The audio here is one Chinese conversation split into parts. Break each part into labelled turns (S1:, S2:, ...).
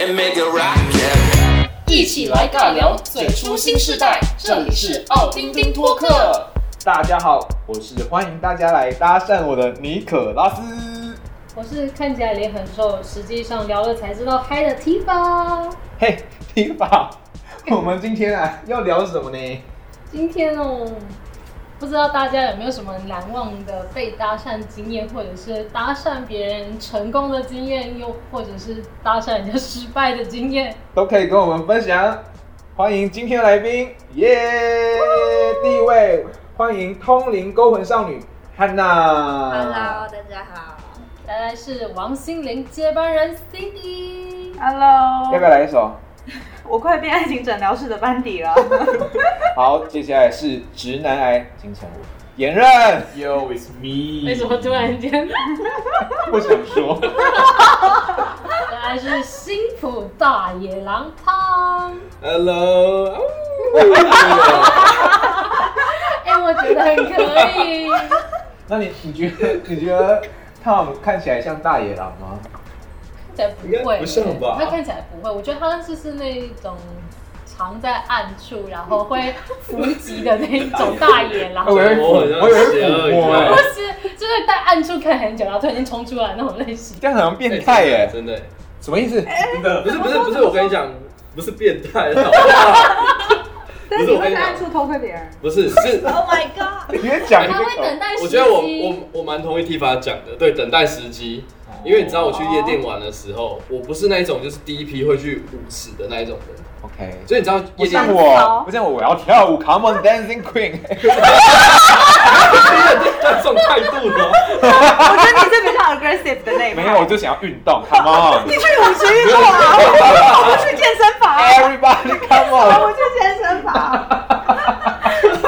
S1: and make a rocket.
S2: 一起来尬聊最初新时代，这里是奥丁丁托克。
S3: 大家好，我是欢迎大家来搭讪我的尼可拉斯。
S4: 我是看起来脸很瘦，实际上聊了才知道开的提吧。
S3: 嘿，提 法，我们今天啊要聊什么呢？
S4: 今天哦，不知道大家有没有什么难忘的被搭讪经验，或者是搭讪别人成功的经验，又或者是搭讪人家失败的经验。
S3: 都可以跟我们分享。欢迎今天的来宾，耶、第一位，欢迎通灵勾魂少女汉娜。
S5: Hello，大家好。
S4: 再来是王心凌接班人 Cindy，
S3: 要不要
S5: Hello，
S3: 来一首？
S5: 我快变爱情诊疗室的班底 了。
S3: 好，接下来是直男癌金城武，延任。
S1: Yo, it's me.
S4: 为什么突然 间？
S3: 不想说。
S4: 再来是新浦大野狼汤。
S3: Hello，
S4: 哎、我觉得很可以。
S3: 那你你觉得你觉得 Tom 看起来像大野狼吗？
S4: 看起来不
S1: 应该
S4: 会，
S1: 不像吧
S4: 他看起来不会，我觉得他就是那种藏在暗处，然后会伏击的那一种大野
S1: 哎
S4: 狼。
S3: 哎我以
S4: 不
S3: 为
S1: 我
S3: 我
S1: 好像
S3: 以为
S1: 邪恶
S3: 是抚摸
S1: 你知道
S3: 哎
S1: 吗，
S4: 是，就是在暗处看很久，然后突然间冲出来那种类型。
S3: 这样好像变态耶，
S1: 真的耶，
S3: 什么意思？
S1: 真的不是不是不是，我跟你讲，不是变态， 好不好
S5: 但
S1: 不
S5: 是
S1: 是
S5: 你
S1: 我
S5: 会
S1: 跟你
S5: 在
S1: 讲
S5: 暗处偷窥别人
S1: 不是是。
S5: ？Oh my god！
S3: 你在讲一
S4: 他会等
S3: 个
S4: 待时
S1: 我
S4: 机
S1: 觉得我我我蛮同意 T 法讲的，对，等待时机。因为你知道我去夜店玩的时候，我不是那一种就是第一批会去舞池的那一种人，
S3: OK，
S1: 所以你知道
S3: 不
S1: 夜店
S3: 像
S5: 我
S3: 我，不像我，我要跳舞，Come on dancing queen。
S1: 这种态度呢，
S5: 我觉得你是比较 aggressive 的那一派。
S3: 没有，我就想要运动，Come
S5: 你
S3: on，Everybody
S5: 去舞池运动啊！我去健身房啊。我
S3: come
S5: 去健身 房。没有，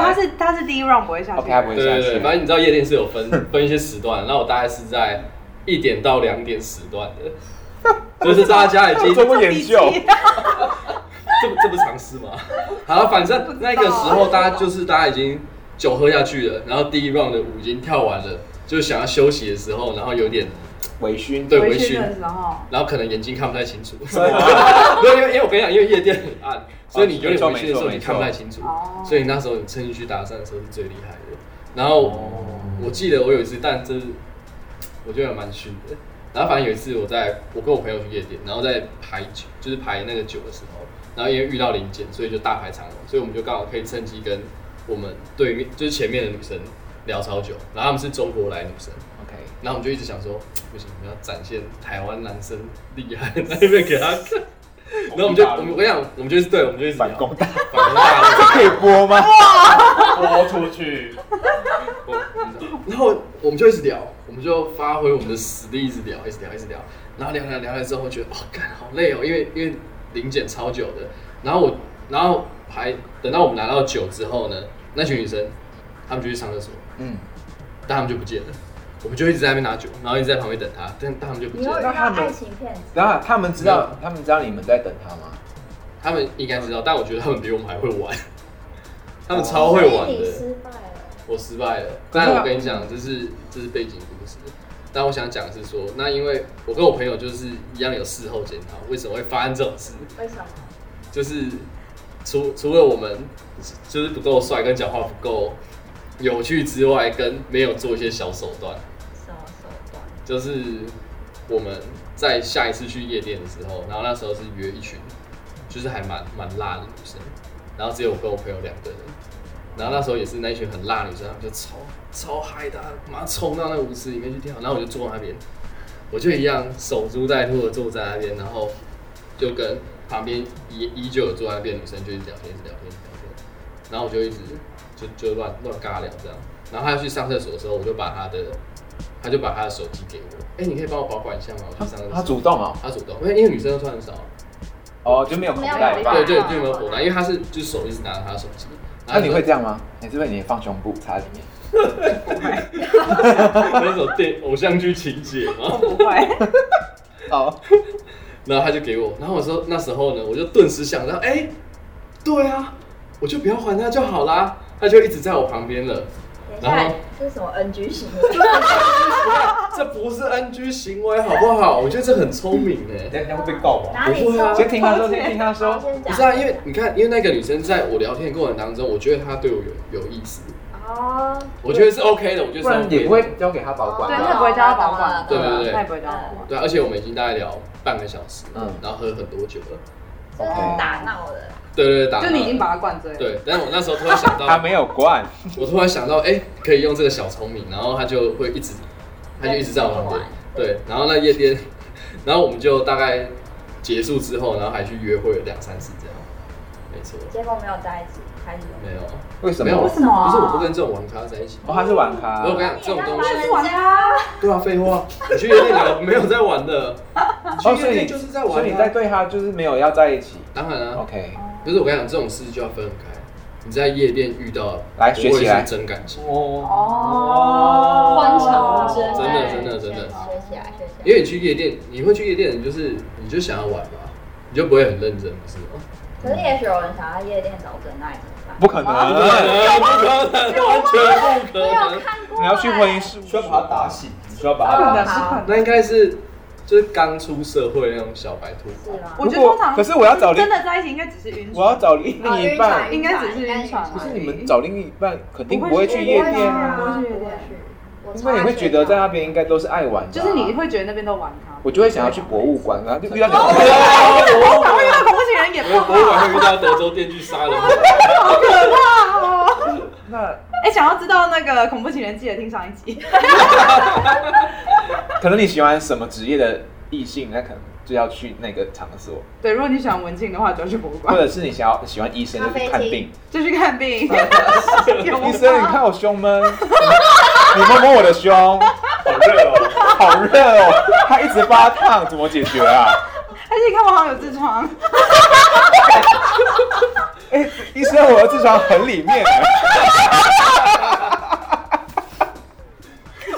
S5: 他是他是第一 round 不会下去。
S3: on。OK，他不会
S1: 对对
S3: 相
S1: 对，
S3: 信
S1: 反。正你知道夜店是有分 分一些时段，那我大概是在一点到两点时段的，就是大家已 经
S3: 这么研究，
S1: 这这不是常识吗？ 好，反正那个时候大家就是大家已经酒喝下去了，然后第一 round 的舞已经跳完了，就想要休息的时候，然后有点
S3: 微醺，
S1: 对
S5: 回
S1: 微
S5: 去
S1: 醺
S5: 的，时候，
S1: 然后可能眼睛看不太清楚， 没有，因为因为我跟你讲，因为夜店很暗，所以你有点回去的时候你看不太清楚
S5: 哦，
S1: 所以那时候你趁进去搭讪的时候是最厉害的。然后我记得我有一次，但真是我觉得蛮逊的。然后反正有一次我在我跟我朋友去夜店，然后在排酒，就是排那个酒的时候，然后因为遇到零检，所以就大排长龙，所以我们就刚好可以趁机跟我们对面就是前面的女生聊超久，然后他们是中国来的女生。
S3: OK，
S1: 然后我们就一直想说，不行，我们要展现台湾男生厉害，那一边给他看。然后我们就，我们我跟你讲，我们就是对，我们就一直 聊
S3: 反攻，大，
S1: 反攻大
S3: 这
S1: 陆。
S3: 可以播吗？
S6: 豁出去，
S1: 我然后我们就一直聊，我们就发挥我们的实力，一直聊，一直聊，一直聊。然后聊聊聊聊之后，觉得哦，干好累哦，因为因为零检超久的。然后我，然后还等到我们拿到酒之后呢，那群女生她们就去上厕所，
S3: 嗯，
S1: 但她们就不见了。我们就一直在那边拿酒，然后一直在旁边等她，但但她们就不见了。
S3: 他们
S5: 情骗子。
S3: 然后他们知
S1: 没
S3: 道
S1: 有，
S3: 他们知道你们在等他吗？
S1: 他们应该知道，但我觉得他们比我们还会玩，他们超会玩的。
S5: 败了。
S1: 我失败了，
S3: 可是
S1: 但
S3: 他
S1: 我跟你讲，这是这是背景故事。但我想讲的是说，那因为我跟我朋友就是一样有事后检讨，为什么会发生这种事？
S5: 为什么？
S1: 就是除除了我们就是不够帅跟讲话不够有趣之外，跟没有做一些小手段，
S5: 什么手段？
S1: 就是我们在下一次去夜店的时候，然后那时候是约一群，就是还蛮蛮辣的女生，然后只有我跟我朋友两个人，然后那时候也是那一群很辣的女生，他们就超超嗨的啊，马上冲到那舞池里面去跳，然后我就坐那边，我就一样守株待兔的坐在那边，然后就跟旁边依依旧有坐在那边的女生就一直聊天，一直聊天，一直聊天，然后我就一直就就乱乱尬聊这样，然后她要去上厕所的时候，我就把她的，她就把她的手机给我，哎、你可以帮我保管一下吗？我
S3: 他
S1: 去上厕所。
S3: 他主动哦，
S1: 她主动，因为因为女生都穿很少，啊
S3: 哦就没有口袋
S5: 没有
S3: 吧
S5: 吧？
S1: 对对对，没有口袋，啊因为她是就是手一直拿着她的手机。
S3: 那你会这
S1: 样？
S3: 样吗？你是不是你放胸部插里面？
S1: 那种 电偶像剧情节吗？
S5: 不会。
S3: 哦，
S1: 然后他就给我，然后我说那时候呢，我就顿时想到，哎、 对啊，我就不要还他就好啦。他就一直在我旁边了，
S5: 等一
S1: 然
S5: 下
S1: 后，
S5: 这是什么 NG 型？
S1: 这不是 NG 行为好不好？我觉得这很聪明 哎。
S3: 等一下会被告吧？
S5: 哪里
S1: 不会啊
S5: 说？
S3: 先听他说，先听他
S5: 好
S3: 说。
S5: 先
S1: 不
S5: 讲
S1: 是啊，因为你看，因为那个女生在我聊天的过程当中，我觉得她对我有有意思，
S5: 哦，
S1: 我觉得是 OK 的，我觉得是
S3: 不然
S1: OK
S3: 也
S1: 的
S3: 不会交给他保管
S5: 对
S2: 对，
S5: 那
S2: 他
S5: 也
S2: 也
S5: 不
S2: 不
S5: 会
S2: 会
S5: 叫他
S2: 叫他
S5: 保
S2: 保
S5: 管
S2: 管，
S1: 对对对
S2: 他也不会叫他保管。
S1: 对啊，而且我们已经大概聊半个小时，
S3: 嗯
S1: 然后喝很多酒了，
S5: 这是
S3: 哦
S5: 打闹的，
S1: 对对对，打
S2: 就你已经
S1: 把
S2: 把他灌醉了，
S1: 嗯对，但是我那时候突然想到，
S3: 他没有灌，
S1: 我突然想到，哎、可以用这个小聪明，然后他就会一直，他就一直在我旁边，对，然后那夜店，然后我们就大概结束之后，然后还去约会了两三次这样，没错，
S5: 结果没有在一起，还是有。
S1: 没有，
S3: 为什
S1: 没有，
S3: 么
S1: 不
S2: 为？什么啊
S1: 是我不跟这种玩咖在一起，
S3: 哦，他是玩咖
S1: 我。有跟你讲这种东西，
S5: 玩他，
S1: 对啊，废话，你去夜店聊没有在玩的，你去
S3: 哦，
S1: 夜
S3: 所以
S1: 店
S3: 你
S1: 就是在玩、啊，
S3: 所以你在对他就是没有要在一起。
S1: 当然啊，
S3: OK，
S1: 可是我跟你讲，这种事就要分很开。你在夜店遇到，
S3: 来
S1: 不
S3: 学
S1: 会
S3: 起来
S1: 是真感情，
S3: 哦，
S5: 哦
S4: 欢场之
S1: 真的真的真的。
S5: 学起来，学起来。
S1: 因为你去夜店，你会去夜店，就是你就想要玩嘛，你就不会很认真，不是吗？
S5: 可是也许有人想要夜店找真爱，怎么办？
S3: 不可
S1: 不
S3: 能，
S1: 可能，完全不可
S5: 没有
S1: 能。
S5: 看过。
S3: 你要去婚
S5: 哦
S3: 姻事务
S6: 需要
S3: 所
S6: 把它打醒。
S3: 你需要把
S5: 好
S3: 它。
S5: 好
S1: 那应该是就是刚出社会那种小白兔，
S5: 是
S7: 啊
S5: 吗？
S2: 我觉得通常
S3: 可是我要找另
S2: 真的在一起应该只是晕船，
S3: 我要找另
S5: 哦
S3: 一半，
S2: 应该只是晕船
S3: 可
S2: 而
S3: 是
S2: 已。
S3: 你们找另一半肯定不会去夜店啊，
S5: 不会去夜店。
S3: 因为你会觉得在那边应该都是爱玩的啊。
S2: 就是你会觉得哦那边都玩咖，
S3: 我就会想要去博物馆啊，就遇到
S1: 我
S2: 啊我常会遇到哎恐怖情人也不好。
S1: 博物馆会遇到德州电锯杀人魔，
S3: 那
S2: 哎，想要知道那个恐怖情人，记得听上一集。
S3: 可能你喜欢什么职业的异性，那可能就要去那个场所，
S2: 对，如果你喜欢文静的话，就要去博物
S3: 或
S2: 馆，
S3: 者是你想要喜欢医生，就去看病。
S2: 就去看 病。
S3: 医生，你看我胸闷， 你摸摸我的胸，
S6: 好热哦！
S3: 好热哦，它一直发烫，怎么解决啊？
S2: 而且你看我好像有痔疮，
S3: 哎、医生，我的痔疮很里面，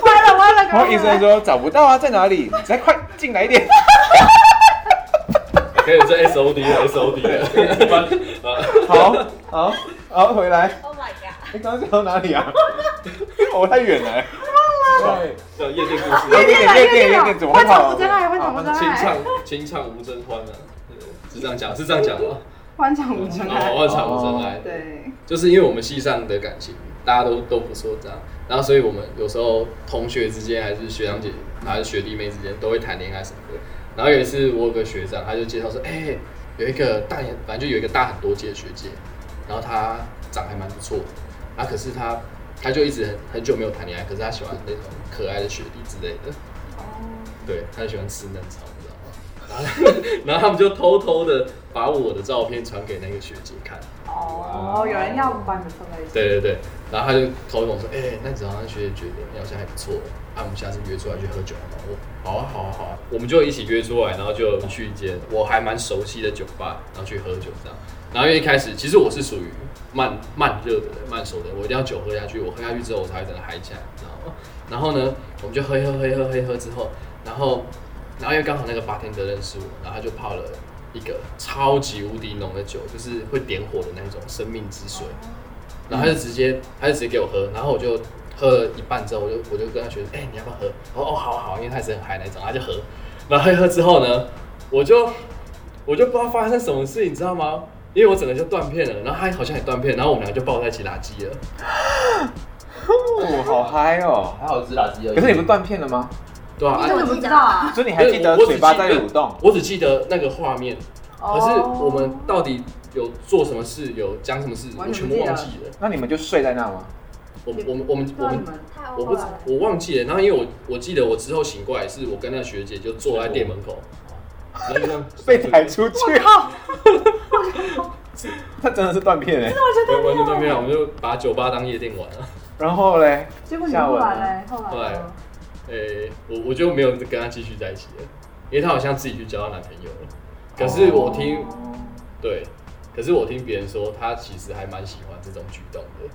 S2: 完了完了。
S3: 然后医生说找不到啊，在哪里？你再快进来一点。
S1: 可以这 S O D S O D 的，
S3: 好，好，好，回来。
S5: Oh my god！
S3: 你刚刚讲到哪里啊？ 我太远了。忘了。
S1: 叫夜店故事，
S3: 夜店
S2: 来
S3: 夜店
S2: 夜店
S3: 夜
S2: 来
S3: 店怎么会啊跑？
S2: 会找不真爱会找不真
S1: 清唱清唱无真欢啊，是这样讲，是这样讲吗？
S2: 欢场无真
S1: 啊，
S3: 哦
S2: 爱。
S1: 万场无真
S5: 哦
S1: 爱，
S2: 对，
S1: 就是因为我们系上的感情，大家都都不错这样，然后所以我们有时候同学之间，还是学长姐，还是学弟妹之间，都会谈恋爱什么的。然后有一次，我有个学长，他就介绍说，哎、有一个大眼，反正就有一个大很多届的学姐，然后她长得还蛮不错的，啊，可是她她就一直很很久没有谈恋爱，可是她喜欢那种可爱的学弟之类的，对，她很喜欢吃嫩草，你知道吗？然后然后他们就偷偷的把我的照片传给那个学姐看。
S2: 哦，有人要把你们凑在一起。
S1: 对对对，然后他就偷偷跟我说，哎、那早上学姐觉得你好像还不错，啊，我们下次约出来去喝酒好不好？我好啊好啊好啊，我们就一起约出来，然后就去一间我还蛮熟悉的酒吧，然后去喝酒这样。然后因为一开始其实我是属于慢慢热的人，慢熟的人，我一定要酒喝下去，我喝下去之后我才会真的嗨起来，你知道吗？然后呢，我们就喝一喝喝一喝喝一喝之后，然后然后因为刚好那个八天的认识我，然后他就泡了一个超级无敌浓的酒，就是会点火的那种生命之水。然后他就直接，他就直接给我喝，然后我就喝了一半之后，我就我就跟他学生，哎、你要不要喝？我说哦，好啊好啊，因为他也是很嗨那种，他就喝。然后喝一喝之后呢，我就我就不知道发生什么事，你知道吗？因为我整个就断片了，然后他好像也断片，然后我们俩就抱在一起垃圾了。
S3: 哦，好嗨哦！
S6: 还好是垃圾而已。
S3: 可是你不是断片了吗？
S1: 对啊，
S2: 你怎么知道啊？
S3: 所以你还记得
S1: 对我我只
S3: 嘴巴在蠕动？
S1: 我只记得那个画面，可是
S2: 哦
S1: 我们到底有做什么事，有讲什么事，我
S2: 完全
S1: 全
S2: 不
S1: 部
S2: 记得
S1: 忘记了。
S3: 那你们就睡在那吗？
S1: 我我们我们我
S2: 那你
S1: 们
S2: 们
S5: 太
S1: 我不知我忘记了，然后因为我我记得我之后醒过来是我跟那个学姐就坐在店门口， 然后就这样
S3: 哦被抬出去？
S2: 靠！
S3: 那真的是断片哎。
S1: 对完全都没有，我们就把酒吧当夜店玩啊了。
S3: 然后嘞，
S2: 结果你
S3: 下
S2: 后
S3: 文呢
S2: 来嘞，后来
S1: 后来
S2: 呢，
S1: 诶、我我就没有跟她继续在一起了，因为她好像自己去交她男朋友了。可是我听、
S2: 哦
S1: 对，可是我听别人说她其实还蛮喜欢这种举动的，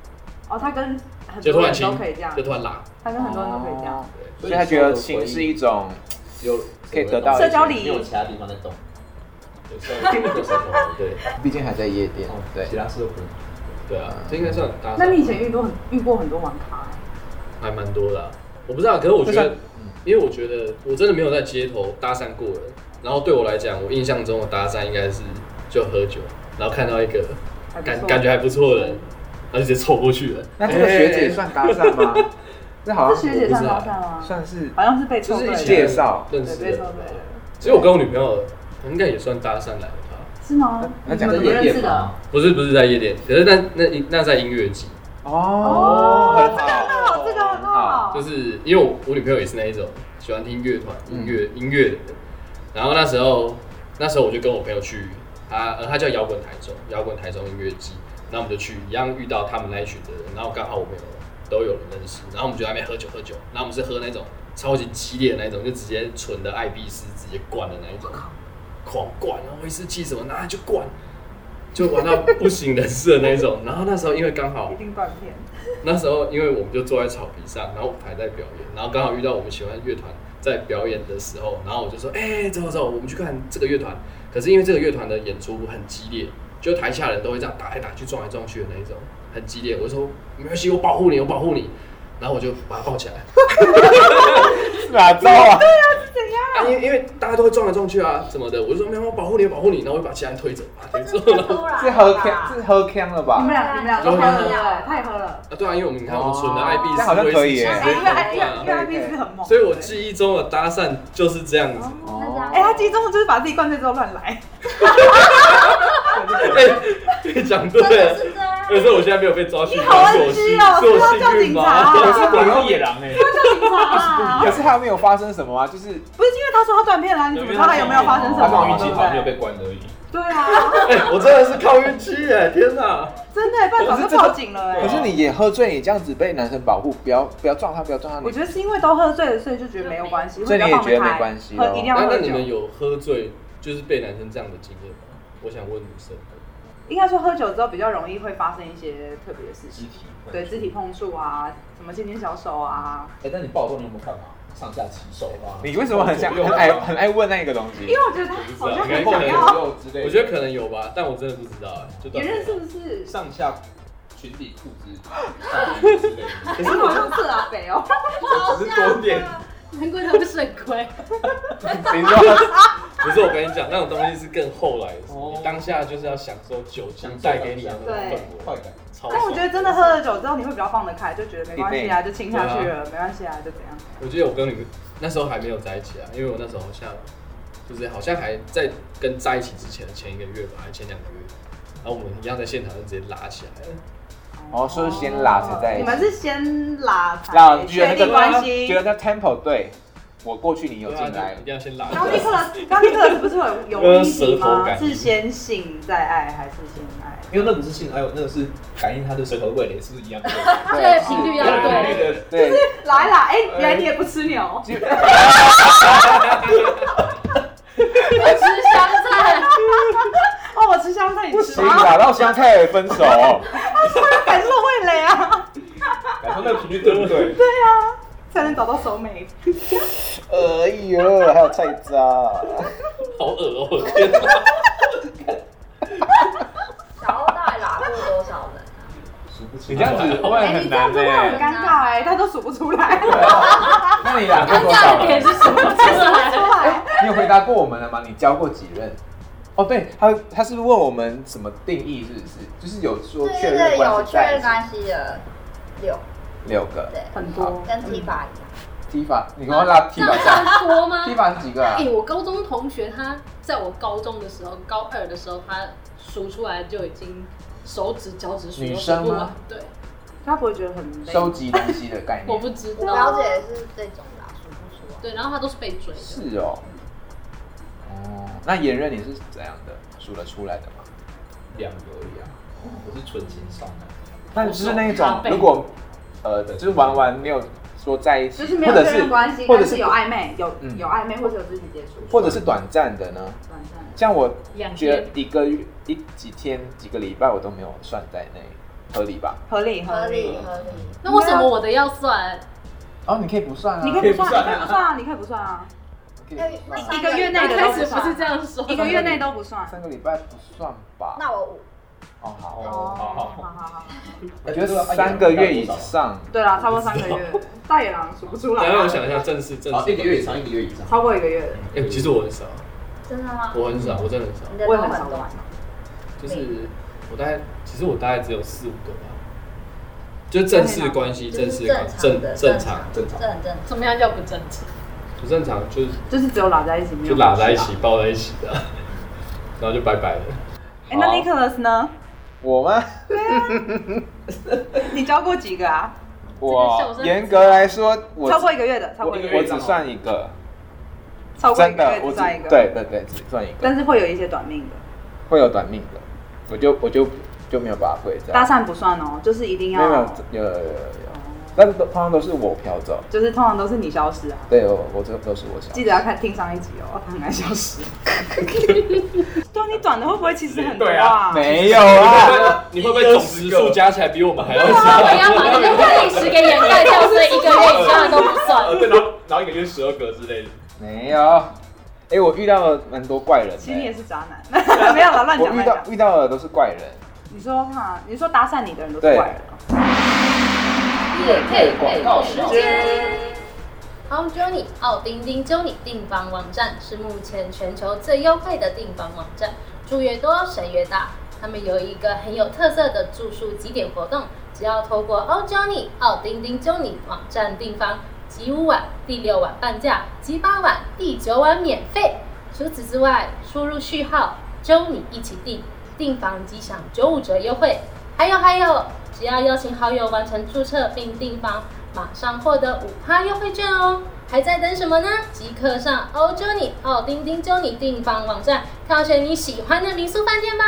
S2: 哦，他跟很
S1: 就
S2: 多
S1: 突然
S2: 人
S1: 亲
S2: 都可以这样，
S1: 就，哦突然拉，
S2: 他跟很多人都可以这样。
S3: 所以他觉得情是一种
S6: 有
S3: 可以得到
S2: 社交
S6: 没有
S2: 礼
S6: 其他地方在动，
S1: 有时候有时候 对
S3: 毕竟还在夜店，对
S6: 其，他事都不能。
S1: 对啊，这应该算很大。
S2: 那你以前遇过很遇过很多玩咖欸？
S1: 还蛮多的啊、我不知道，可是我觉
S3: 这
S1: 得
S5: 啊
S3: 算，
S1: 因为我觉得我真的没有在街头搭讪过人。然后对我来讲，我印象中的搭讪应该是就喝酒，然后看到一个
S5: 还不
S1: 感
S5: 错
S1: 感觉还不错的人，然后就直接凑过去了。
S3: 那这个学
S5: 哎
S3: 姐算搭讪吗？哎这好
S5: 这
S3: 像
S5: 学姐算
S1: 我不知道
S5: 搭讪吗？
S3: 算是
S5: 好像是被
S1: 就
S5: 抽
S1: 是
S5: 对
S1: 一
S5: 的，
S1: 起
S3: 介绍
S1: 认
S5: 对，
S1: 识
S5: 被抽
S1: 的。哦
S5: 对的，
S1: 其实我跟我女朋友应该也算搭讪来的吧，
S5: 是吗？
S3: 那
S5: 你
S3: 讲
S5: 们
S3: 得
S5: 不认识的
S6: 吗？
S1: 不是不是在夜店，可是那那那在音乐季，
S3: 哦，很好，
S5: 哦，这个很好，
S1: 就是因为我我女朋友也是那一种喜欢听乐团音乐、音乐的人，然后那时候那时候我就跟我朋友去，他呃他叫摇滚台中，摇滚台中音乐季，然后我们就去一样遇到他们那一群的人，然后刚好我们有都有人认识，然后我们就在那边喝酒喝酒，然后我们是喝那种超级激烈的那种，就直接纯的艾必斯直接灌的那一种，狂灌，然后威士忌什么拿就灌，就玩到不省人事的那一种，然后那时候因为刚好
S5: 一定断 片，
S1: 那时候因为我们就坐在草皮上，然后舞台在表演，然后刚好遇到我们喜欢乐团在表演的时候，然后我就说，哎、走走，我们去看这个乐团。可是因为这个乐团的演出很激烈，就台下人都会这样打来打去、撞来撞去的那一种，很激烈。我就说没关系，我保护你，我保护你。然后我就把他抱起来，
S3: 哪招啊？
S1: 啊，因为因为大家都会撞来撞去啊什么的，我就说没有，我保护你，我保护你。然后我就把其他人推走，把他推走。然后
S3: 是喝 c 是喝 c 了
S5: 你们
S3: 吧？
S5: 俩你们俩都喝了，他也喝了，
S1: 啊，对啊，因为我们你看我们存的艾必
S3: 这好像
S1: 斯
S3: 可
S1: 威
S3: 以
S1: 士忌
S3: 耶
S5: 哎，因为哎因为因为艾比斯很猛，
S1: 所以我记忆中的搭讪就是这样子。
S5: 哎，他集中就是把自己灌醉之后乱 来，
S1: 哎对，讲对了。
S2: 是这样。
S1: 可是我现在没有被抓去，
S5: 你好
S1: 是我
S5: 恩
S1: 幸
S5: 师哦
S1: 是我
S5: 是要
S1: 幸
S5: 叫警
S1: 运
S5: 察
S1: 吗？
S5: 啊
S6: 是我要野狼哎，
S5: 警察啊
S3: 可是还没有发生什么啊，就是
S5: 不是因为他说他断片了，你怎么知道他有没有发生什
S6: 他刚好
S5: 么？
S6: 运
S5: 对
S6: 气
S5: 不
S6: 好，没有
S5: 对？
S6: 被关而已。
S5: 对啊，
S1: 哎，我真的是靠运气哎！天哪，
S5: 真的，不然早就报警了
S3: 可
S5: 哎。
S3: 是你也喝醉，你这样子被男生保护，不要不要撞他，不要撞他，你
S5: 我觉得是因为都喝醉了，所以就觉得没有关系，
S3: 所以你也
S5: 会比较
S3: 觉得
S5: 放
S3: 没
S5: 开
S3: 关系
S5: 喝
S3: 咯
S5: 一定要
S1: 那
S5: 喝
S1: 哎那你们
S5: 酒。
S1: 有喝醉就是被男生这样的经验吗？我想问女生，
S5: 应该说喝酒之后比较容易会发生一些特别的事
S6: 肢
S5: 情，
S6: 体
S5: 对肢体碰触啊，什么牵牵小手啊。
S6: 哎，那你暴动你有没有看嘛？上下其手啊？
S3: 你为什么很想
S6: 左右
S3: 很
S6: 啊
S3: 爱很爱问那个东西
S5: 因？为我觉得他好像很想
S6: 左
S5: 要，
S6: 右之类的？
S1: 我觉得可能有吧，但我真的不知道哎。就
S5: 别人是不是？
S6: 上下裙底裤子上衣之类的，
S5: 哎，好像是阿北哦，
S6: 我只是多点。
S4: 难怪他们肾 亏。
S3: 你说
S1: 不是我跟你讲，那种东西是更后来的事，
S6: 哦
S1: 你当下就是要享受酒精带给你的那种
S5: 对
S1: 氛
S6: 快
S1: 围，
S6: 感，
S1: 超
S5: 但我觉得真的喝了酒之后，你会比较放得开，就觉得没关系啊，就亲下去了，没关系啊，就怎样。
S1: 我记得我跟你们那时候还没有在一起啊，因为我那时候好像就是好像还在跟在一起之前的前一个月吧，还是前两个月，然后我们一样在现场就直接拉起来了。
S3: 哦，说是先拉才在一
S5: 你
S3: 起
S5: 们，是先拉才
S3: 那觉
S5: 确
S3: 得那
S5: 定关
S3: 个
S5: 系
S3: 觉。得那 tempo 对我过去，你有进
S1: 对啊
S3: 来
S1: 就一，定要先拉起
S5: 刚尼克
S1: 来。
S5: 拉斯，刚尼克拉斯不是有有一题吗？是先性再爱还是先爱？
S6: 因为那不是性爱，那个是感应他的舌头味蕾是不是一样的？
S4: 这频率要对，
S6: 对，
S3: 对，
S5: 来啦，哎，原来你也不吃牛，
S3: 就
S4: 我吃香菜，
S5: 哦，我吃香菜，你
S3: 不
S5: 吃啊
S3: 行，啊
S5: 吗？
S3: 打到香菜也分 手，
S5: 感受味蕾啊，
S6: 感受那个频率对不对？
S5: 对啊，才能找到手美。
S3: 哎呦，还有菜渣，
S1: 好恶哦、我的天哪！
S2: 小欧到底拉过多少人？
S6: 数不清。
S3: 你这样子问
S5: 哎，
S3: 很
S5: 你这样
S3: 难欸
S5: 真的很
S3: 呢。
S5: 尴尬哎，他都数不 出来，
S3: 那你俩
S4: 尴
S3: 过多
S4: 尬
S3: 少
S4: 的
S3: 人
S4: 点？是什么？出 来。
S5: 出来。
S3: 你有回答过我们了吗？你教过几任？哦，对，他他是问我们什么定义，是不是？就是有说确
S2: 对
S3: 认
S2: 对，有
S3: 关系
S2: 确
S3: 在
S2: 认关系的六，
S3: 六个
S2: 对，
S5: 很多
S2: 跟 T 法一样。
S3: 踢法，你刚刚拉踢
S4: 这
S3: 法
S4: 样
S3: 上，
S4: 算多 吗？
S3: 踢法是几个啊
S4: 哎、？我高中同学他在我高中的时候，高二的时候，他数出来就已经手指脚趾数
S3: 女
S4: 都数
S3: 生
S4: 不
S3: 吗
S4: 完。对，
S5: 他不会觉得很累？
S3: 收集东西的概
S4: 我
S3: 念
S4: 不知
S2: 我
S4: 道。
S2: 表姐是这种的啊，数不出来。
S4: 对，然后他都是被追的，
S3: 是哦。哦，那言任你是怎样的？数得出来的吗？
S6: 两个而已啊，我是纯情少男。
S3: 那就是那一
S4: 我手
S3: 种
S4: 搭，背
S3: 如果呃，就是玩玩没有说在一起，
S5: 就是没有
S3: 或者
S5: 确
S3: 是
S5: 认关系，
S3: 或者
S5: 但是
S3: 是
S5: 有啊暧昧，有
S3: 嗯
S5: 有暧昧或者有肢体接触，
S3: 或者是短暂的呢？
S5: 短暂。
S3: 像我
S4: 两
S3: 觉得
S4: 天。
S3: 一个月一几天几个礼拜我都没有算在内，合理吧？
S5: 合理合
S2: 合理
S5: 理，
S2: 合理，
S4: 那为什么我的要算？
S3: 哦，你可以不算啊，
S5: 你可以不算，你可以不算啊，你可以不算啊，
S3: 你可以不算啊
S2: 那
S5: 一个月内
S4: 一
S5: 的
S4: 开
S5: 都
S4: 始
S5: 不
S4: 不是
S5: 算，
S4: 这样说，
S5: 一个月内都不算。
S3: 三个礼拜不算吧？
S2: 那我五，
S3: 哦好，
S6: 好好
S5: 好好好，
S3: 我觉得三个月以上，
S5: 对啦，差不多三个月。大野狼数不出来
S1: 等一
S5: 啊，
S1: 下我想一下，正式正
S8: 好，
S1: 式
S8: 一个月以。上，一个月以上。
S5: 超过一个月的，
S1: 哎、其实我很少，
S7: 真的吗？
S1: 我很少，我真的很少。
S7: 你的都
S5: 我也很少
S7: 很
S5: 玩
S7: 短，。
S1: 就是我大概，其实我大概只有四五个吧，就是正式关系，
S7: 就
S1: 正
S7: 是正
S1: 式关
S7: 常的
S1: 正正常，
S8: 正常
S7: 这很正常。
S2: 怎么样叫不正 常？
S1: 不正常就是
S5: 就是只有拉在一起，没有
S1: 就拉在一起，抱在一起的， 然后就拜拜了。
S5: 哎，那 Nicholas 呢？
S3: 我吗？
S5: 你交过几个啊？
S3: 我严格来说，我
S5: 超过一个月的，超
S3: 我
S5: 过一个
S3: 我
S5: 月，哦
S3: 只算一个，
S5: 超过一
S3: 真
S5: 个
S3: 的
S5: 月，
S3: 我
S5: 只
S3: 只
S5: 算一个。，
S3: 对对对，只算一个，
S5: 但是会有一些短命的，
S3: 会有短命的，我就我就就没有把它归这
S5: 搭
S3: 样，
S5: 讪不算哦，就是一定
S3: 啊没
S5: 要，
S3: 有没有有有有有有，但是都通常都是我飘走，
S5: 就是通常都是你消失啊。
S3: 对我我这都是我想
S5: 记得啊要看听上一集哦，他很爱消失。 对啊，你短的会不会其实很多啊？
S3: 没有啊，
S1: 你会不会总时数加起来比我们还要
S2: 那啊我
S1: 少？
S2: 要把这个历史给掩盖掉，所以一个月以上的都不算。
S1: 对，然后然后一个月十二个之类的。
S3: 没有，哎，我遇到了蛮多怪人的，
S5: 其实你也是渣 男，没有啦，乱
S3: 我
S5: 讲
S3: 遇
S5: 乱
S3: 到
S5: 讲。
S3: 遇到的都是怪人，
S5: 你说哈，你说搭讪你的人都是
S3: 对
S5: 怪人哦，
S7: 夜配广告时
S5: 间。
S2: Home Journey 奥丁丁 Journey 订房网站是目前全球最优惠的订房网站，住越多省越大。他们有一个很有特色的住宿集点活动，只要透过 o Journey 奥丁丁 Journey 网站订房，即五晚第六晚半价，即八晚第九晚免费。除此之外，输入序号 Journey 一起订，订房即享九五折优惠。还有还有，只要邀请好友完成注册并订房，马上获得五趴优惠券哦！还在等什么呢？即刻上欧 Journey 奥丁丁 Journey 订房网站，挑选你喜欢的民宿饭店吧。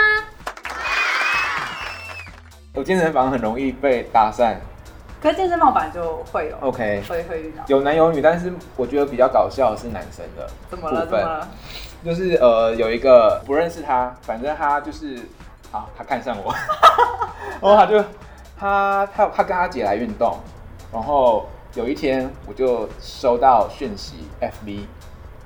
S3: 我健身房很容易被搭讪
S5: 可是健身房本来就会有，
S3: ，OK，
S5: 会会遇到。
S3: 有男有女，但是我觉得比较搞笑的是男生的
S5: 怎么了？
S3: 部
S5: 怎么
S3: 分
S5: 了？
S3: 就是呃，有一个不认识他，反正他就是啊，他看 上我，然后他就他他他跟他姐来运动，然后有一天我就收到讯息 FB，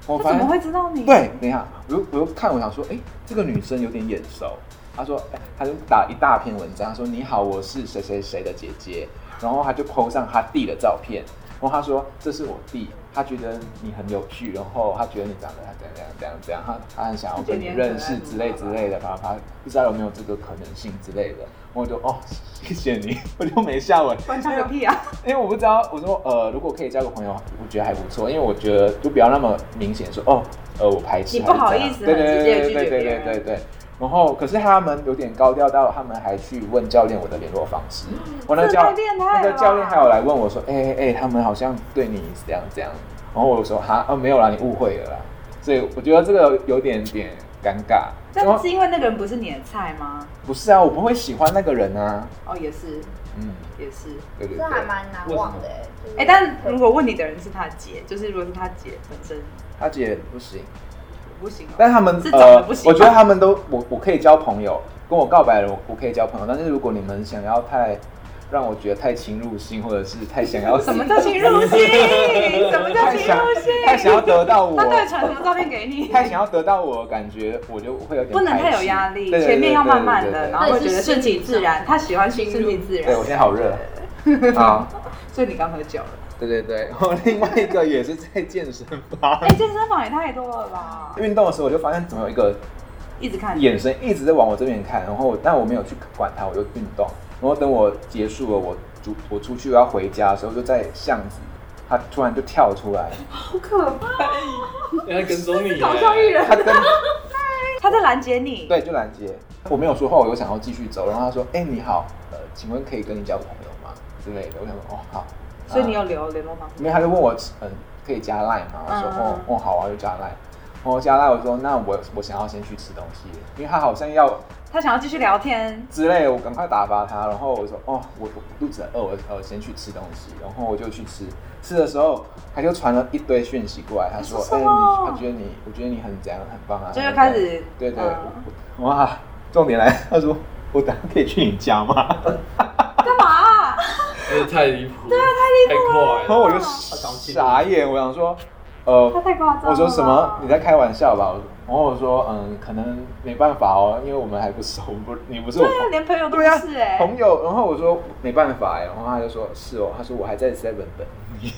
S3: 我
S5: 他
S3: 发
S5: 怎么
S3: 现
S5: 会知道你？
S3: 对，等一下，我就我就看我想说，哎、这个女生有点眼熟，他说，哎、他就打一大篇文章，她说你好，我是谁谁谁的姐姐，然后他就 po 上他弟的照片，然后他说这是我弟，他觉得你很有趣，然后他觉得你长得怎样怎样怎样怎样，他他很想要跟你认识之类之类的，啪啪，不知道有没有这个可能性之类的，我就哦，谢谢你， 我就没下文，
S5: 关枪个屁 啊！
S3: 因为我不知道，我说呃，如果可以交个朋友，我觉得还不错，因为我觉得就不要那么明显说哦，呃，我排斥，
S5: 你不好意思
S3: 对
S5: 很
S3: 对
S5: 直接
S3: 对
S5: 拒
S3: 对对
S5: 绝别
S3: 对
S5: 人
S3: 对对。然后，可是他们有点高调到，他们还去问教练我的联络方式。我那个
S5: 嗯这
S3: 教
S5: 太变态
S3: 那个
S5: 了
S3: 教练还有来问我说，哎哎哎，他们好像对你怎样怎样。然后我说哈，哦没有啦，你误会了啦。所以我觉得这个有点点尴尬。然
S5: 但
S3: 后
S5: 是因为那个人不是你的菜吗？
S3: 不是啊，我不会喜欢那个人啊。
S5: 哦，也是，
S3: 嗯，
S5: 也是。
S3: 对对对。
S7: 这还蛮难忘的欸。就是
S5: 哎、但如果问你的人是他姐，就是如果是他姐本身
S3: 他姐不行。
S5: 不行、哦，
S3: 但他们
S5: 是长得
S3: 呃
S5: 不，行
S3: 我觉得他们都我我可以交朋友，跟我告白了，我我可以交朋友。但是如果你们想要太让我觉得太侵入性，或者是太想要
S5: 什么叫情入 心？什么叫
S3: 太
S5: 情
S3: 想
S5: 入心？
S3: 太想要得到我
S5: 他，到底传什么照片给你？
S3: 太想要得到我的感觉，我就会有点
S5: 不能太
S3: 排
S5: 有
S3: 斥
S5: 压力，
S3: 对对对
S5: 前面要慢慢
S3: 对对
S5: 的，
S3: 对
S5: 然后会觉得顺其自然。他喜欢心顺其自
S3: 对我
S5: 然，
S3: 现在好热，好，
S5: 所以你刚喝酒了。
S3: 对对对。然后另外一个也是在健身房
S5: 哎、健身房也太多了吧？
S3: 运动的时候，我就发现怎么有一个
S5: 一直看，
S3: 眼神一直在往我这边看，然后但我没有去管他，我就运动。然后等我结束了，我出我出去我要回家的时候，就在巷子，他突然就跳出来，
S5: 好可怕！
S1: 人家哎跟踪你耶，
S5: 搞笑艺人，
S3: 他跟
S5: 他在拦截你。
S3: 对就拦截，我没有说话，我又想要继续走，然后他说：“哎、你好，呃，请问可以跟你交个朋友吗？”之类的。我想说：“哦，好。”
S5: 所以你有留联络方式？
S3: 没有，他就问我，嗯，可以加 line 吗？我说，
S5: 嗯
S3: 哦，哦，好啊，就加 line。然后加 line，我说，那我我想要先去吃东西，因为他好像要
S5: 他想要继续聊天，
S3: 之类，我赶快打发他。然后我说，哦，我我肚子很饿，我呃先去吃东西。然后我就去吃，吃的时候他就传了一堆讯息过来，他说，哎、
S5: 说什
S3: 你
S5: 么
S3: 他觉得你，我觉得你很怎样，很棒啊。
S5: 这就
S3: 很
S5: 开始
S3: 对对，
S5: 嗯
S3: 我我哇，重点来，他说，我等下可以去你家 吗？
S5: 干嘛、啊
S1: 真的哎太离谱，对啊，太离谱，太
S3: 然
S1: 快
S3: 后
S1: 了。
S3: 我就傻眼，我想说，呃
S5: 他，太夸张了。
S3: 我说什么？你在？开玩笑吧？我然后我说嗯，可能没办法哦，因为我们还不熟，我们不你不是我
S5: 对
S3: 朋
S5: 啊，连朋友都不
S3: 对啊
S5: 是哎、
S3: 朋友，然后我说没办法哎，然后他就说是哦，他说我还在 Seven 等你，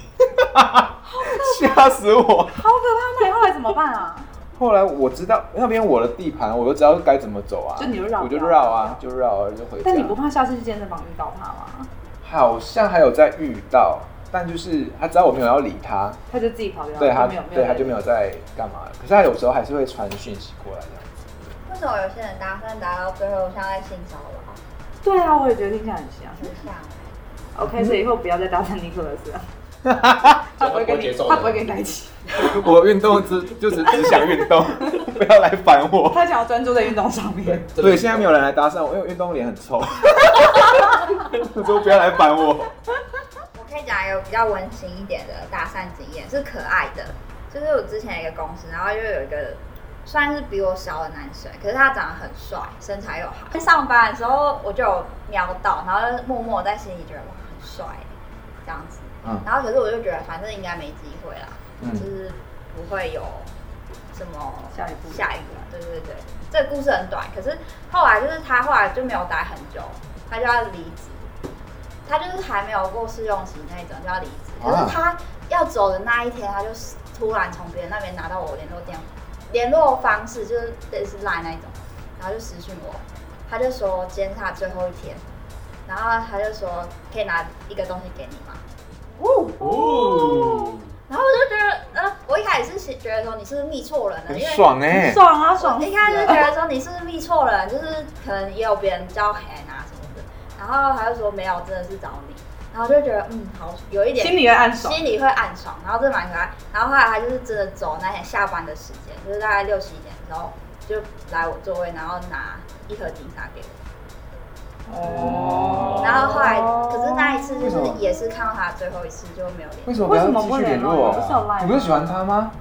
S3: 吓死我！
S5: 好可怕！那你后来怎么 办啊？
S3: 后来我知道那边我的地盘，我都知道该怎么走啊，
S5: 就你就绕
S3: 我就绕啊，就绕啊，就回家。
S5: 但你不怕下次去健身房遇到他吗？
S3: 好像还有在遇到，但就是他知道我没有要理他，
S5: 他就自己跑掉了，
S3: 对他
S5: 没啊有没有
S3: 对
S5: 人
S3: 他就没有在干嘛，可是他有时候还是会传讯息过来这样。
S7: 为什么有些人搭讪搭到最后像在性骚扰？
S5: 对啊，我也觉得听起来很像。
S7: 很像欸
S5: OK，所以以后不要再搭讪尼克勒斯了， 他不会跟你，
S6: 接受
S5: 他不会跟你在一起，
S3: 我运动只就只只想运动，不要来烦我。
S5: 他想要专注在运动上面。
S3: 对，现在没有人来搭讪我，因为我运动脸很臭。 我说不要来烦我。
S7: 我可以讲一个比较温馨一点的搭讪经验，是可爱的。就是我之前有一个公司，然后就有一个算是比我小的男生，可是他长得很帅，身材又好。上班的时候我就有瞄到，然后就默默在心里觉得哇很帅这样子。
S3: 嗯
S7: 然后可是我就觉得反正应该没机会啦，
S3: 嗯
S7: 就是不会有什么
S5: 下一步
S7: 下一步，对对对，这个故事很短，可是后来就是他后来就没有待很久，他就要离职，他就是还没有过试用期那一种就要离职，可
S3: 啊
S7: 是他要走的那一天，他就是突然从别人那边拿到我联络电联络方式，就是类似 Line 那一种，然后就私讯我，他就说今天是他最后一天，然后他就说可以拿一个东西给你吗？
S6: 哦，
S7: 然后我就觉得，呃，我一开始是觉得说你是不是密错人了，
S3: 很
S7: 因为
S3: 爽哎、欸，
S5: 爽啊爽死
S7: 我
S5: 了！
S7: 一开始就觉得说你是不是密错人，就是可能也有别人叫 Han 啊什么的，然后他就说没有，真的是找你，然后就觉得嗯好有一点
S5: 心里会暗爽，
S7: 心里会暗爽，然后这蛮可爱，然后后来他就是真的走那天下班的时间，就是大概六七点的时候就来我座位，然后拿一盒金沙给我，
S5: 哦
S7: 然后后来可是那一次就
S3: 为什么
S7: 是也是看到他最后一次就没有联
S3: 为
S7: 络，
S3: 什么不要继续联络
S5: 为什么不联络不是有 Line 吗
S3: 啊？你不是喜欢他吗？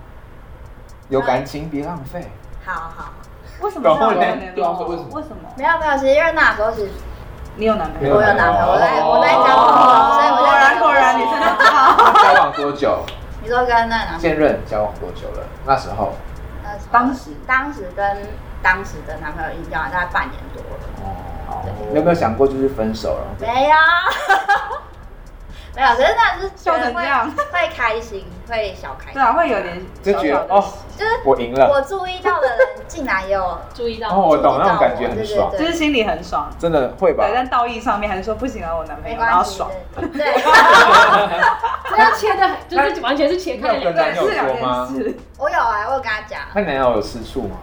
S3: 有感情别浪 费。
S7: 好好，
S5: 为什么这样
S3: 然后
S6: 呢
S5: 对
S6: 对
S5: 啊
S6: 啊为什么
S5: 为什么？
S7: 没有没有，其实因为那时候其实
S5: 你有男朋
S7: 我有
S5: 友？
S7: 男朋友，我在我在交往中，所以我
S5: 哦果
S7: 在
S5: 然果然你 真的知道。
S3: 交往多久？
S7: 你说跟那个男
S3: 现任交往多久了？那时候。
S7: 那时候
S5: 当时
S7: 嗯当时跟当时的男朋友已经交往大概半年多了，
S3: 哦。有没有想过就是分手了？
S7: 没有， 没有，可是那是
S5: 笑成这样
S7: 会会开心，会小开心，
S5: 对啊，会有点
S3: 就觉得哦，
S7: 就是
S3: 我赢了，
S7: 我注意到的人竟然也有
S4: 注意到
S3: 哦，我懂那种感觉
S7: 对
S3: 很
S7: 对
S3: 爽，
S7: 对
S5: 就是心里很爽。
S3: 真的会吧
S5: 对，？但道义上面还是说不行啊，我男朋
S7: 没
S5: 友，然后
S7: 关系
S5: 爽。，
S7: 对 对，
S4: 不要切的，就是完全是切开的两
S3: 那
S4: 个。
S3: 有
S5: 是
S3: 跟男
S5: 两
S3: 友说吗
S5: 件事。
S7: 我有啊，我有跟他讲，
S3: 那男友有吃醋吗？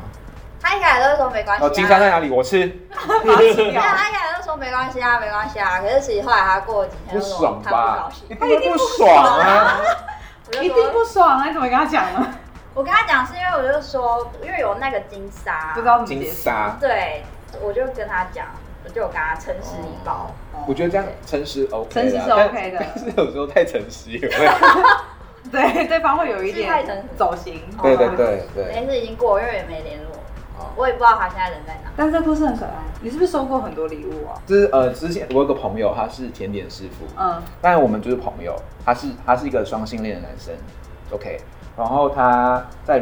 S7: 他一开始都说没关系、啊，
S3: 哦，金山在哪里？我吃，
S5: 把它吃
S7: 没有，
S5: 掉。
S7: 他一开始都说没关系啊，没关系啊，可是其实后来他过了几天
S3: 不
S7: 就说
S3: 爽
S7: 他不高
S3: 吧
S7: 兴？，
S3: 一定不爽啊！
S7: 我就
S5: 一
S7: 说
S5: 定不爽啊！你怎么跟他讲呢？
S7: 我跟他讲是因为我就说，因为有那个金沙，
S5: 不知道怎么
S3: 金
S5: 解释。
S3: 沙，
S7: 对，我就跟他讲，我就有跟他诚实以报。
S3: 我觉得这样诚实 OK，
S5: 诚实
S3: 啦
S5: 是 OK 的
S3: 但但是有时候太诚实也会，
S5: 对，对方会有一
S7: 是太
S5: 点
S7: 诚实
S5: 走心。
S3: 对对对
S7: 那
S3: 对，
S7: 次已经过，因为也没联络
S3: 哦，
S7: 我也不知道他现在人在哪。
S5: 但这故事很可爱。你是不是收过很多礼物啊？
S3: 就是呃，之前我有个朋友，他是甜点师傅，
S5: 嗯，
S3: 当然我们就是朋友，他是他是一个双性恋的男生，OK，然后他在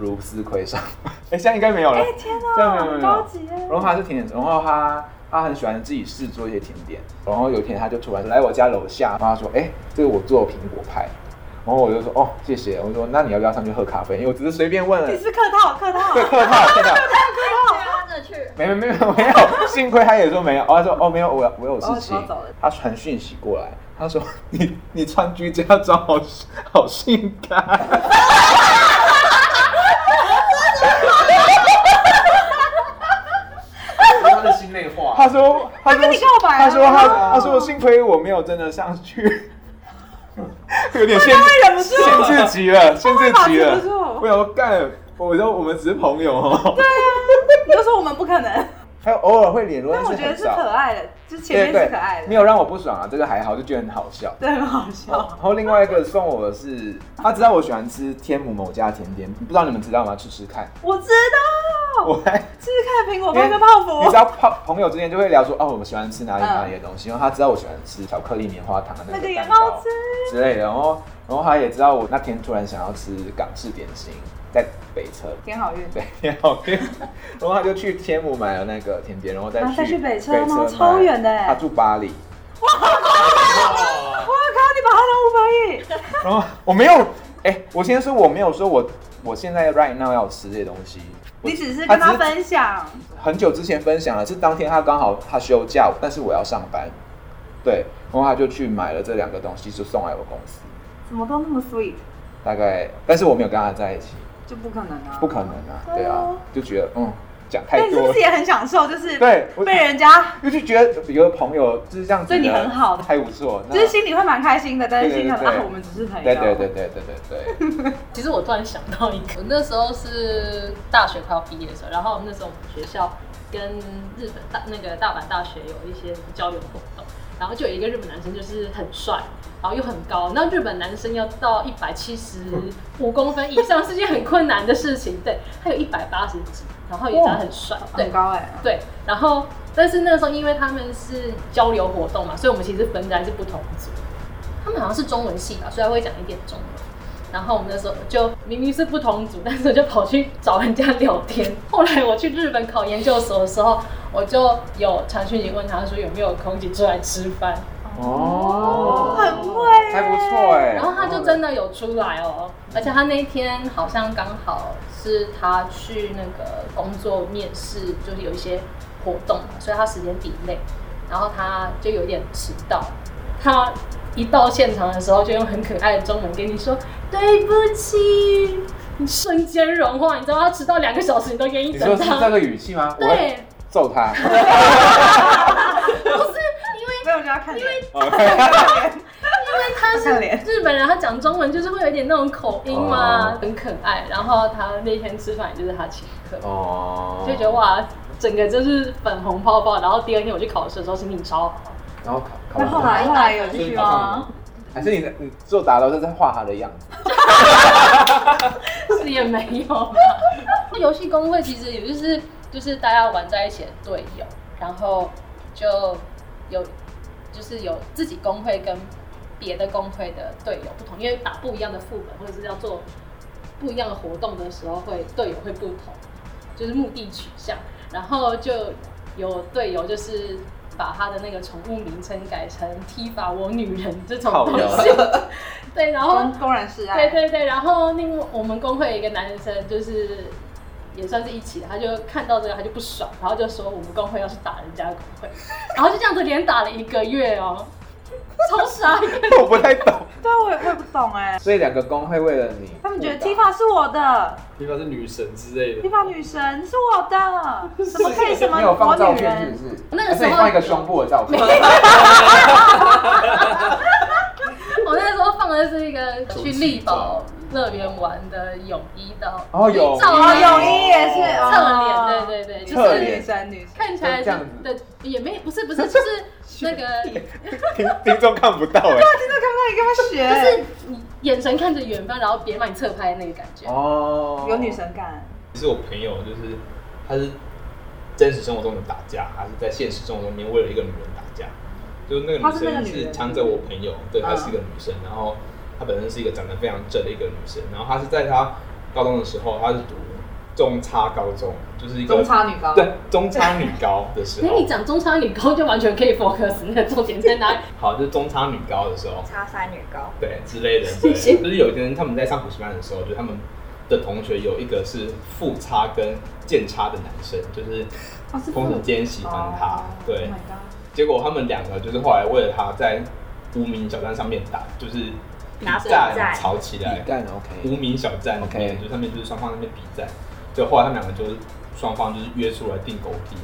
S3: 如斯亏上， 哎，现在应该没有了，
S5: 哎天
S3: 这样
S5: 哪，
S3: 没有没有
S5: 很
S3: 没有
S5: 高级耶！
S3: 然后他是甜点师，然后他他很喜欢自己试做一些甜点。然后有一天他就突然来我家楼下，然后他说：“哎、这个我做苹果派。”然后我就说：“哦，谢谢。”我说：“那你要不要上去喝咖啡？”因为我只是随便问了
S5: 你。是客套客套
S3: 对，，客套客套，
S7: 对啊，他真的去，
S3: 没没没有没有，幸亏他也说没有。哦，他说：“哦，没有，我我有
S5: 哦
S3: 事
S5: 我
S3: 情。
S5: 要走了
S3: 他传讯息过来，他说：“ 你你穿居家装好好性感。
S6: 这是他的心内”话。
S3: 他说：“他说
S5: 跟你告白啊
S3: 他说他
S5: 对啊
S3: 他说幸亏我没有真的上去， 有点限
S5: 会忍不住。
S3: 限制级了，限制级
S5: 他会把持不
S3: 了。
S5: 住
S3: 我有干，我说我们只是朋友哦。对，
S5: 啊你就说我们不可能，
S3: 还有偶尔会联络，
S5: 但我
S3: 是
S5: 觉得
S3: 很
S5: 是可
S3: 少。
S5: 爱的，就前
S3: 对
S5: 面
S3: 对
S5: 是可爱，
S3: 没
S5: 的，
S3: 有哦让我不爽啊，这个还好，就觉得很好笑。
S5: 对，很好笑。
S3: 然后另外一个送我的是，他知道我喜欢吃天母某家甜点，不知道你们知道吗？去吃看。
S5: 我知道，
S3: 我还
S5: 试试看苹果派跟泡
S3: 你知
S5: 芙。
S3: 道朋朋友之间就会聊说，哦，我们喜欢吃哪里哪里的东西，因为他知道我喜欢吃巧克力棉花糖的
S5: 那
S3: 那
S5: 个
S3: 个
S5: 也
S3: 蛋
S5: 好
S3: 糕
S5: 吃，
S3: 之类的。然后然后他也知道我那天突然想要吃港式点心，在北车
S5: 天好运，
S3: 对天好运，然后他就去天母买了那个甜点，然后再去、
S5: 啊再去北车
S3: 北
S5: 吗
S3: 车
S5: 超
S3: 买
S5: 远的欸
S3: 他住巴黎，
S5: 哇靠，你把它当五百亿，
S3: 然后我没有，哎、我先说我没有说我我现在 right now 要吃这些东西，我
S5: 你只是跟他
S3: 只
S5: 分享，
S3: 很久之前分享了，是当天他刚好他休假，但是我要上班，对，然后他就去买了这两个东西，就送来我公司，
S5: 怎么都那么 sweet，
S3: 大概，但是我没有跟他在一起，
S5: 就不可能啊，
S3: 不可能啊，对啊，就觉得嗯，讲
S5: 但
S3: 太
S5: 哎你是
S3: 多
S5: 不
S3: 了
S5: 是，也很享受？就是
S3: 对，我
S5: 被人家，
S3: 就就觉得有个朋友就是这样子的，
S5: 对你很好
S3: 还不错，那
S5: 就是心里会蛮开心的，但是
S3: 对对
S5: 心想
S3: 对
S5: 啊，我们只是朋友。
S3: 对对对对对对对，
S4: 其实我突然想到一个，我那时候是大学快要毕业的时候，然后那时候我们学校跟日本大那个大阪大学有一些交流活动，然后就有一个日本男生就是很帅，然后又很高，那日本男生要到一百七十五公分以上是件很困难的事情，对，他有一百八十几，然后也长得很帅，哦对
S5: 很，高哎、
S4: 对，然后但是那时候因为他们是交流活动嘛，所以我们其实分来是不同组。他们好像是中文系吧，所以他会讲一点中文。然后我们那时候就明明是不同组，但是我就跑去找人家聊天。后来我去日本考研究所的时候，我就有传讯息问他说有没有空姐出来吃饭，
S3: 哦，
S5: 很会欸、
S3: 还不错哎，
S4: 然后他就真的有出来哦，而且他那一天好像刚好是他去那个工作面试，就是有一些活动嘛，所以他时间抵内，然后他就有点迟到。他一到现场的时候，就用很可爱的中文跟你说对不起，你瞬间融化，你知道他迟到两个小时，你都愿意
S3: 你说
S4: 等
S3: 是这
S4: 他。
S3: 个语气吗？我会
S4: 对，
S3: 揍 他。
S4: 不是因为
S5: 被人家看脸，
S4: 他是
S5: 看脸
S4: 日本人，他讲中文就是会有一点那种口音嘛，
S3: 哦
S4: 很可爱。然后他那天吃饭也就是他请客，
S3: 哦，
S4: 就觉得，哇，整个就是粉红泡泡。然后第二天我去考试的时候，心情超好。
S3: 然后考
S5: 那
S3: 考
S5: 后
S3: 完
S5: 来后来有继续吗？
S3: 还是你的你做打斗是在画他的样子，
S4: 是 也没有啦。那游戏公会其实也就是就是大家玩在一起的队友，然后就有就是有自己工会跟别的工会的队友不同，因为打不一样的副本或者是要做不一样的活动的时候会，队友会不同，就是目的取向。然后就有队友就是把他的那个宠物名称改成“踢法我女人”这种
S3: 靠
S4: 东
S3: 腰
S4: 西， 对，然后
S5: 公公然示
S4: 对
S5: 爱，
S4: 对对，然后另外我们工会有一个男生就是也算是一起的，他就看到这个他就不爽，然后就说我们工会要去打人家的工会， 然后就这样子连打了一个月哦，超傻眼。
S3: 我不太懂。
S5: 对啊，我也我也不懂哎、
S3: 所以两个工会为了你，
S5: 他们觉得 Tifa 是我的
S9: 你把是女神之类的，
S5: ，Tifa 女神是我的，怎么可以什么
S3: 你有
S5: 我
S3: 放照
S5: 女
S3: 片是
S5: 人？
S3: 不是？
S4: 那个
S3: 还是你
S4: 时候
S3: 放一个胸部的照片，
S4: 我那时候放的是一个去力宝乐园玩的泳衣的
S3: 哦泳衣
S4: 照
S5: 哦，
S4: 片
S5: 泳衣也是，
S4: 侧
S5: 哦
S4: 脸，对对对，就
S3: 侧
S4: 是
S3: 脸
S5: 女神女神，
S4: 看起来
S3: 这样子
S4: 对也没不是不是就是 那个
S3: 听听众看不到哎。
S5: 真的看不到你干嘛学？
S4: 就是你眼神看着远方，然后别人把你侧拍的那个感觉。
S3: 哦
S5: 有女，神感，
S1: 是我朋友，就是他是真实生活中有打架，还是在现实生活中面为了一个女人打架？就是那
S5: 她是那
S1: 个
S5: 个
S1: 女
S5: 女
S1: 生是
S5: 人
S1: 强着我朋友，对，她
S5: 嗯
S1: 是一个女生，然后她本身是一个长得非常正的一个女生，然后她是在她高中的时候，她是读中差高中，就是一个
S5: 中差女高，
S1: 对中差女高的时
S4: 那
S1: 候
S4: 你，讲中差女高就完全可以 focus 你的重点在哪里？
S1: 好，就是中差女高的时候，
S7: 叉三女高，
S1: 对之类的，对，就是有一天他们在上补习班的时候，就他们的同学有一个是副差跟剑差的男生，就是
S5: 哦是哦
S1: 同时间喜
S5: 喜
S1: 欢他，对
S5: Oh，my god，
S1: 结果他们两个就是后来为了他在无名小站上面打，就是比
S4: 打水
S7: 战
S1: 战吵起
S3: 比
S1: 来，
S3: 干
S1: 无
S3: OK，
S1: 名小站
S3: OK
S1: 里面就是他们就是双方在那边比战，就后来他们两个就是双方就是约出来订狗皮。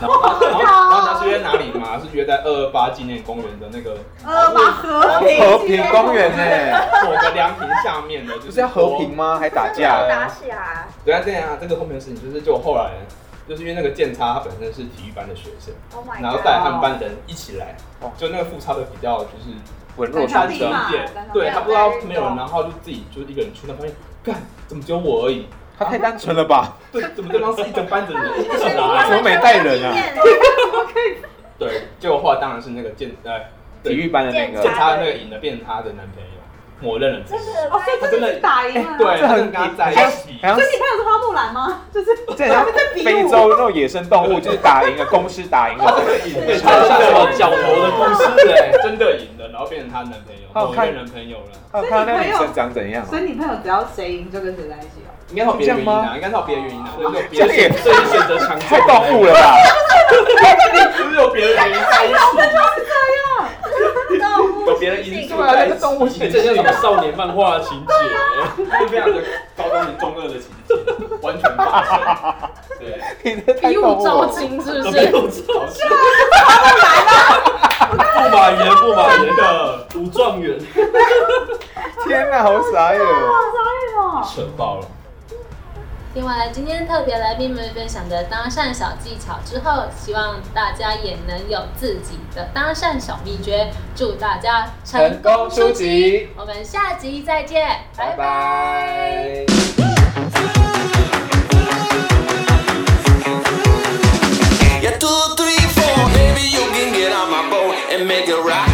S1: 然后，然后，然后他是约哪里吗？是约在二二八纪念公园的那个
S5: 呃，把和平
S3: 和平公园呢？
S1: 某个凉亭下面的，就
S3: 不
S1: 是
S3: 是要和平吗？还打架？
S7: 打起来，
S1: 对啊，这样啊，这个后面的事情就是，就后来就是因为那个建差他本身是体育班的学生，
S7: ，Oh my
S1: 然后带
S7: god，
S1: 他们班的人一起来
S3: 哦，
S1: 就那个副超的比较就是
S3: 文
S5: 弱
S3: 弱
S5: 山
S3: 山
S5: 生
S1: 小一点，对他不知道没有人，然后就自己就一个人去那发现，干怎么只有我而已？
S3: 他太单纯了吧？
S1: 对， 怎么对方是一整班的人一起
S7: 他
S1: 来？
S7: 们
S3: 怎么没带人啊
S1: 对，结果后来当然是那个建呃
S3: 体育班的那个
S1: 建差那个赢了，变成他的男朋友。默认了自
S7: 这
S1: 己。
S7: 个
S5: 哦，所以
S1: 他
S5: 这
S1: 啊真
S5: 个
S1: 的哎
S5: 是打赢了。
S1: 对，
S3: 这
S1: 他
S3: 很
S1: 真的跟他在一起。
S3: 好像
S5: 所以你朋友是花木兰吗？就是
S3: 这
S5: 他
S3: 像
S5: 们在比武
S3: 非洲那种野生动物，就是打 赢了，公狮打赢了。
S1: 被穿上了角头的故 事哎，真的赢了，然后变成她男朋友，某一个男朋友了。
S3: 啊
S5: 所以你
S3: 看到那个
S5: 朋
S3: 女
S5: 友
S3: 生长怎样啊？
S5: 所以你朋友只要谁赢就跟谁在一起哦。
S1: 应该有别的原因啊，应该有别的原因啊，就是有别
S3: 这也
S1: 的，所以选择强
S3: 太动物了，吧！
S1: 就是有别的原因在一起，
S7: 动物
S1: 有别的因素在
S3: 那
S1: 一
S3: 个
S1: 起。
S3: 动物性
S10: 这像什么少年漫画的情节？
S1: 是非常的高中民中二的情节，完全发生。对，
S3: 你这太
S4: 比
S3: 动
S4: 武
S3: 物
S4: 招
S3: 了。
S4: 亲是不
S1: 怎么
S4: 是？
S1: 有这种事？不马言不马言的，
S10: 武状元，
S3: 天哪，好傻眼！
S5: 哦，
S1: 扯爆了。
S2: 听完了今天特别来宾们分享的搭讪小技巧之后，希望大家也能有自己的搭讪小秘诀。祝大家成功出击！
S3: 击，
S2: 我们下集再见，拜拜
S3: 拜。
S6: Yeah, two, three, four, baby, you can get on my boat and make it rock.